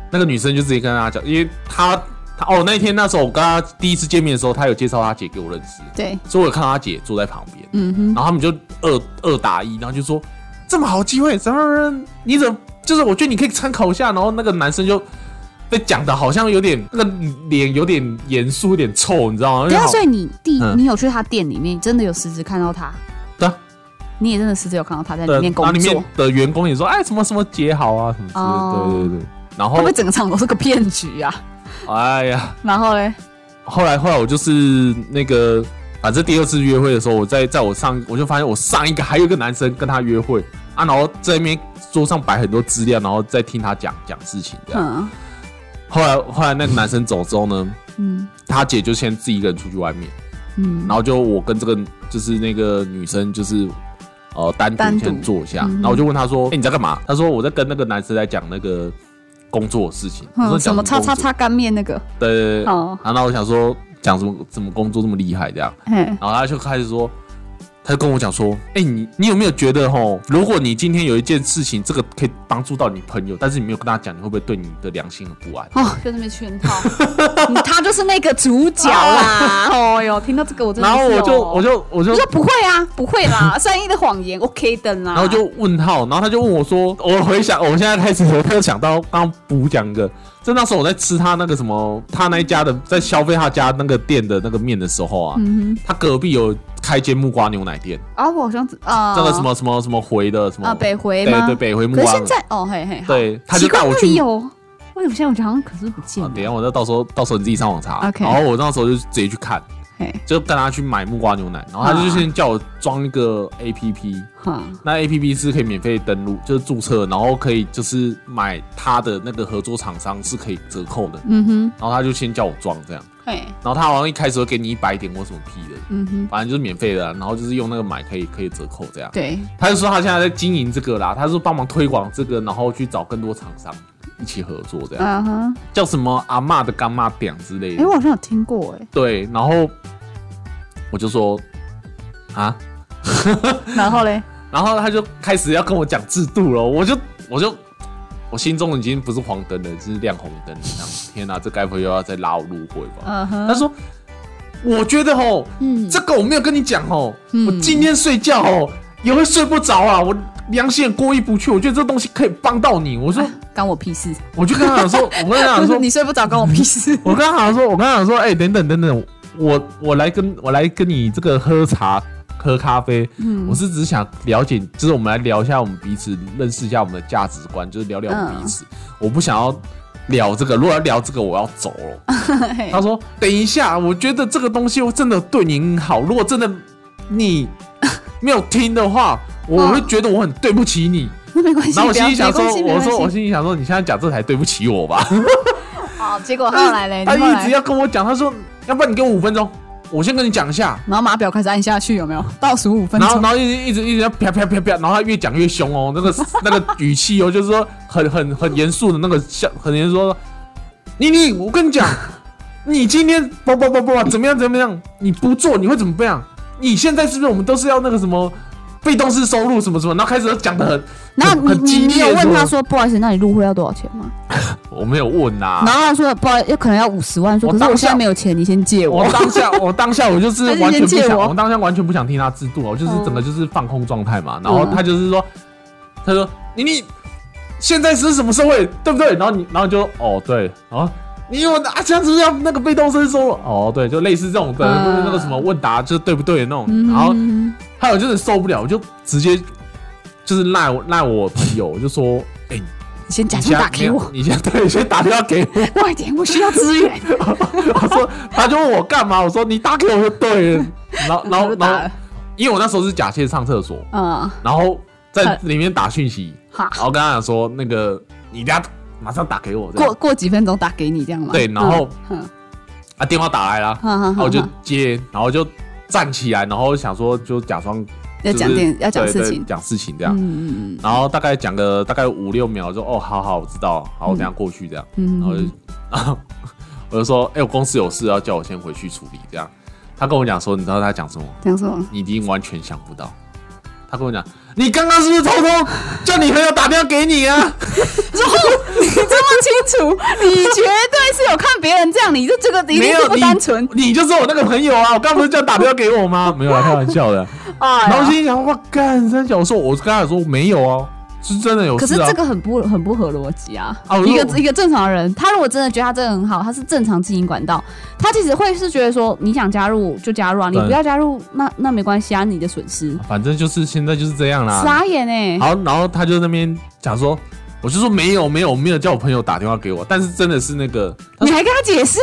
那个女生就直接跟他讲，因为她她哦那一天那时候我跟她第一次见面的时候，她有介绍她姐给我认识，对，所以我有看到她姐坐在旁边，嗯哼，然后他们就二二打一，然后就说这么好机会，怎么人你怎么就是我觉得你可以参考一下。然后那个男生就。被讲的好像有点那个脸有点严肃，有点臭，你知道吗？对啊，所以你第、嗯你有去他店里面，你真的有实质看到他，对啊你也真的实质有看到他在对里面工然呃后里作面，的员工也说，哎，什么什么姐好啊，什么之哦类的，对对对。然会不后会整个场都是个骗局啊？哎呀，然后嘞，后来后来我就是那个，反正第二次约会的时候，我在在我上我就发现我上一个还有一个男生跟他约会啊，然后在那边桌上摆很多资料，然后再听他讲讲事情这样。嗯后来后来那个男生走之后呢，嗯他姐就先自己一个人出去外面，嗯然后就我跟这个就是那个女生就是。呃，单单独独先坐下，嗯然后我就问他说：“哎、你在干嘛？”他说：“我在跟那个男生在讲那个工作的事情。我说嗯，讲什么叉工作叉？叉干面那个，对对对。哦，然后我想说讲什么怎么工作这么厉害这样，嘿，然后他就开始说，他就跟我讲说，哎、你你有没有觉得吼，如果你今天有一件事情，这个可以帮助到你朋友，但是你没有跟他讲，你会不会对你的良心很不安？哦，就那边圈套， 嗯他就是那个主角啦。哦哟，听到这个我真的然是后哦，我就我就我就我，说不会啊，不会啦，善意的谎言 OK 的啦。然后就问号，然后他就问我说，我回想，我现在开始我又想到刚刚补讲一个，就那时候我在吃他那个什么，他那一家的在消费他家那个店的那个面的时候啊，嗯哼，他隔壁有开间木瓜牛奶店，啊，我好像知啊，这个什么什么什么回的什么啊北回对吗？对，北回木可是瓜现的。在哦嘿嘿，好对，他就奇怪带我那去里有，为什么现在我好像可是不见啊，等一了？下，我再到时候到时候你自己上网查。 OK 然后我那时候就直接去看，嘿，就跟他去买木瓜牛奶，然后他啊就先叫我装一个 APP，、哈，那 APP 是可以免费登录，就是注册，然后可以就是买他的那个合作厂商是可以折扣的。嗯哼，然后他就先叫我装这样，嘿，然后他好像一开始会给你一百点或什么屁的，嗯哼，反正就是免费的啊、然后就是用那个买可以可以折扣这样。对，他就说他现在在经营这个啦，他说帮忙推广这个，然后去找更多厂商一起合作这样。啊哈，叫什么阿嬷的干妈饼之类哎，我的。好像有听过哎，对，然后我就说啊，然后 嘞，然后他就开始要跟我讲制度了，我就我就我心中已经不是黄灯了，就是亮红灯了。这样，天哪、这该不会又要再拉我入会吧？嗯他哼，说，我觉得吼，嗯这个我没有跟你讲哦，嗯我今天睡觉哦也会睡不着啊，我良心也过意不去，我觉得这东西可以帮到你。我说，干我屁事，，我就跟他讲说，我跟他讲说。你睡不着关我屁事我刚想说，我刚想说，哎、等等等等，我我来跟我来跟你这个喝茶喝咖啡，嗯我是只想了解，就是我们来聊一下我们彼此，认识一下我们的价值观，就是聊聊我们彼此。嗯我不想要聊这个，如果要聊这个，我要走了。 嘿他说，等一下，我觉得这个东西真的对您好，如果真的你没有听 的话，我会觉得我很对不起你。那没关系，然后我不要心里想哦没关说，系，没我关系说我心里想说，你现在讲这才对不起我吧？好，结果后来嘞，他哎你后一直来，要跟我讲，他说，要不然你给我五分钟，我先跟你讲一下。然后码表开始按下去，有没有？倒数五分然后，钟然。后一直一直一直要啪啪啪啪，然后他越讲越凶哦，那个 那个语气哦，就是说很很很严肃的那个像很严肃地说，妮妮，我跟你讲， 你今天不不不不怎么样怎么样，你不做你会怎么样？你现在是不是我们都是要那个什么被动式收入什么什么？然后开始讲的很，然后很很你激你你有烈问他说，说，不好意思，那你入会要多少钱吗？我没有问啊然，后他说，不好意思，可能要五十万。说，我可是我当现在下没有钱，你先借我 我。当下，我当下我就是还是完全先不借想，我我当下完全不想听他制度，我就是嗯整个就是放空状态嘛。然后嗯他就是说，他说你你现在是什么社会，对不对？然后你然后就哦对，然后你有啊这样子要那个被动式收入，哦对，就类似这种的、嗯就是那个什么问答就是对不对的那种。嗯然后还有就是受不了，我就直接就是赖我赖我朋友，我就说哎。你先假你装先打给我，你先对，你先打电话给我。快点，我需要资源。我说，他就问我干嘛？我说你打给我就对了。然 后， 然我后，就打然了后，因为我那时候是假借上厕所，嗯，然后在里面打 讯息，好，然后跟他讲说，那个你等下马上打给我。这样过过几分钟打给你这样吗？对，然后嗯，嗯啊电话打来了，好好然好，后我就好接，然后就站起来，然后想说就假装要就是讲点要讲对事对情。讲事情嗯这样。嗯嗯然后大概讲个大概五六秒，就哦，好好，我知道，好，我等下过去这样。嗯，然后就，然后 我就说，哎、我公司有事要叫我先回去处理，这样。他跟我讲说，你知道他讲什么？讲什么？你已经完全想不到。他跟我讲，你刚刚是不是偷偷叫你朋友打电话给你啊？ 你这么清楚，你绝对是有看别人这样， 你这这个一没定是有，不你单纯你就是我那个朋友啊！我刚不是叫你打电话给 我吗？没有啦，开玩笑的。啊。然后我心里想，哇，干三角，我说我跟他讲说没有啊，是真的有可是事啊这。个很不很不合逻辑啊！啊我一说个一个正常人，他如果真的觉得他真的很好，他是正常经营管道，他其实会是觉得说你想加入就加入啊，你对不要加入那那没关系啊，你的损失。反正就是现在就是这样啦。傻眼哎、好，然后他就那边讲说，我就说没有没有没有叫我朋友打电话给我，但是真的是那个，你还跟他解释？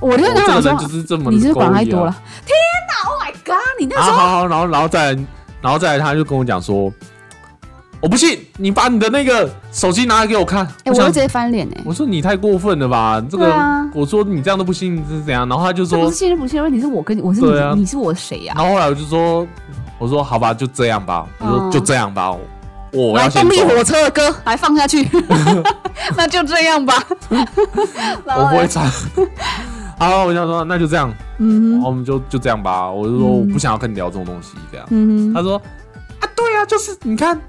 我就我跟他这讲个人说，就是这么、你是不是管太多了。。天哪！Oh my god！你那啊，时好候、好，然后然后再来，然后再来，他就跟我讲说，我不信，你把你的那个手机拿来给我看。哎、我我想会直接翻脸哎、我说你太过分了吧，这对个、啊我说你这样都不信是怎样？然后他就这不说是，信任不信任问题，是我跟你，我是你，对啊你是我谁呀、然后后来我就说，我说好吧，就这样吧，我说、哦就这样吧，我我来，要先动力走了火车的歌来放下 去，那就这样吧。然后我不会嘞唱。 好，我想说那就这样，嗯然哼后我们就就这样吧。我就说嗯我不想要跟你聊这种东西，这样。嗯哼，他说啊，对啊，就是你看，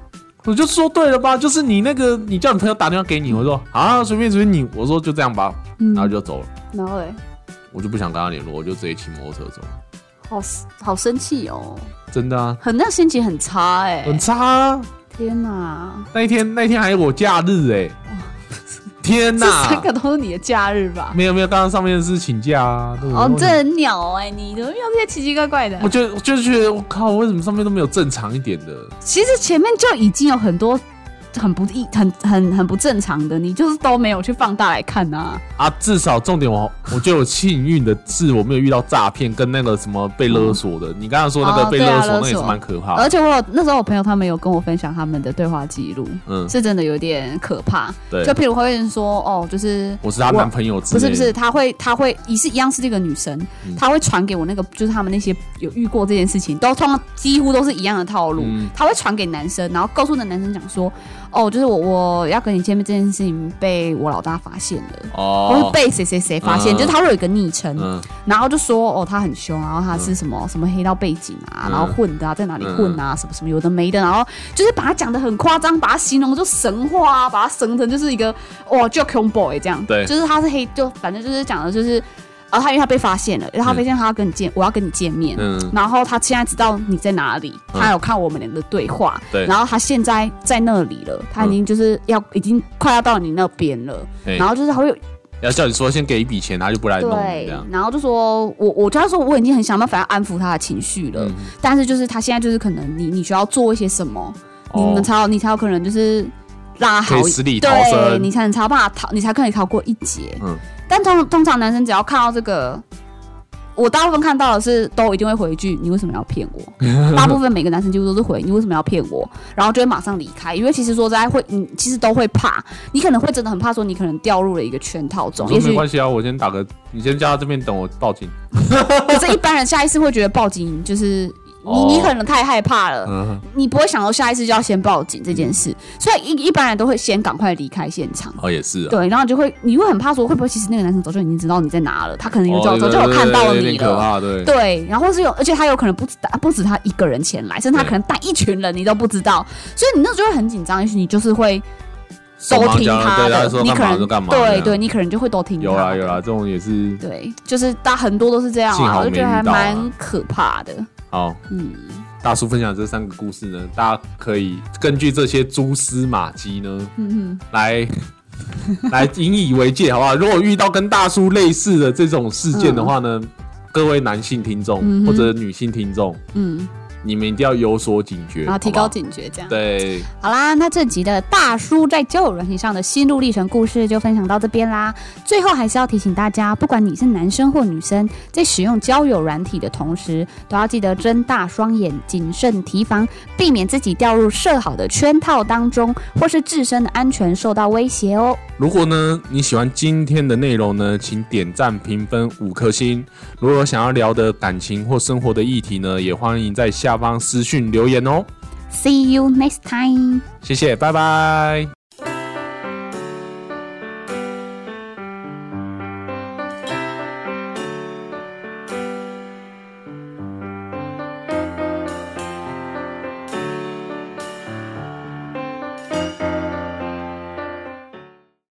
我就说对了吧，就是你那个，你叫你朋友打电话给你，我说啊，随便随便你，我说就这样吧，嗯然后就走了，然后嘞。我就不想跟他联络，我就直接骑摩托车走，好好生气哦，真的啊，很那心情很差哎、很差、啊。天哪，那一天那一天还有我假日哎、 天这三哪，个都是你的假日吧？没有没有，刚刚上面是请假啊，对不对哦，你这很鸟哎、你怎么遇到这些奇奇怪怪的我？就我就觉得我靠，为什么上面都没有正常一点的？其实前面就已经有很多很不一、很很很不正常的，你就是都没有去放大来看啊。啊，至少重点我我就有幸运的是我没有遇到诈骗跟那个什么被勒索的。你刚刚说那哦个被对啊勒索勒那也是索蛮可怕而的，且我有那时候我朋友他们有跟我分享他们的哦对话记录，嗯，是真的有点可怕。对就，譬如会有人说哦，就是我是她男朋友不之类是的，不是，她会她会也是一样是这个女生，嗯她会传给我那个就是他们那些有遇过这件事情，都通常几乎都是一样的套路。嗯她会传给男生，然后告诉那男生讲说，哦，就是我我要跟你见面这件事情被我老大发现了，或是哦，被谁谁谁发现，嗯就是他会有一个昵称，嗯然后就说哦他很凶，然后他是什么、什么黑道背景啊，嗯然后混的啊，在哪里混啊，什么什么有的没的，然后就是把他讲的很夸张，把他形容就神话、啊，把他神成就是一个哇就 c o m boy 这样，对就是他是黑，就反正就是讲的就是，啊他因为他被发现了，然后他发现他要跟你见，我要跟你见面。嗯，然后他现在知道你在哪里，嗯他有看我们俩的对话，对然后他现在在那里了，他已经就是要、已经快要到你那边了，嘿然后就是他会要叫你说先给一笔钱，他就不来弄你对这样，，然后就说我我就他说我已经很想办法要安抚他的情绪了，嗯但是就是他现在就是可能你你需要做一些什么，你哦们，才有你才有可能就是拉好可以一死里逃对生你，才能才有办法逃，你才可以逃过一劫。嗯但通通常男生只要看到这个我大部分看到的是都一定会回一句“你为什么要骗我”， 大部分每个男生几乎都是回“你为什么要骗我”，然后就会马上离开，因为其实说实在会，你其实都会怕，你可能会真的很怕说你可能掉入了一个圈套中，我也说没许关系啊，我先打个，你先叫他这边等我报警。可是一般人下意识会觉得报警就是。哦你你可能太害怕了，嗯，你不会想到下一次就要先报警这件事，所以一一般人都会先赶快离开现场。哦也是啊，对，然后就会你会很怕说会不会其实那个男生早就已经知道你在哪了，他可能有早哦早就有看到对对对有你点可了。怕，对。对，然后是有，而且他有可能不止不止他一个人前来，甚至他对可能带一群人，你都不知道，所以你那时候就会很紧张，也许你就是会手都忙听脚乱他对的他，说你干可嘛就能干嘛。这对样对，，你可能就会都听他。有啦有啦，，这种也是对，就是大很多都是这样幸啊，好我就觉得没遇还到啊蛮可怕的。好。嗯，大叔分享这三个故事呢，大家可以根据这些蛛丝马迹呢，嗯来 来引以为戒，好不好？如果遇到跟大叔类似的这种事件的话呢，各位男性听众、嗯嗯哼或者女性听众，嗯，你们一定要有所警觉，然后提好高不好警觉这样。对，好啦，那这集的大叔在交友软体上的心路历程故事就分享到这边啦。最后还是要提醒大家，不管你是男生或女生，在使用交友软体的同时，都要记得睁大双眼，谨慎提防，避免自己掉入设好的圈套当中，或是自身的安全受到威胁哦。如果呢你喜欢今天的内容呢，请点赞、评分五颗星。如果有想要聊的感情或生活的议题呢，也欢迎在下方私讯留言哦。 See you next time. 谢谢，拜拜。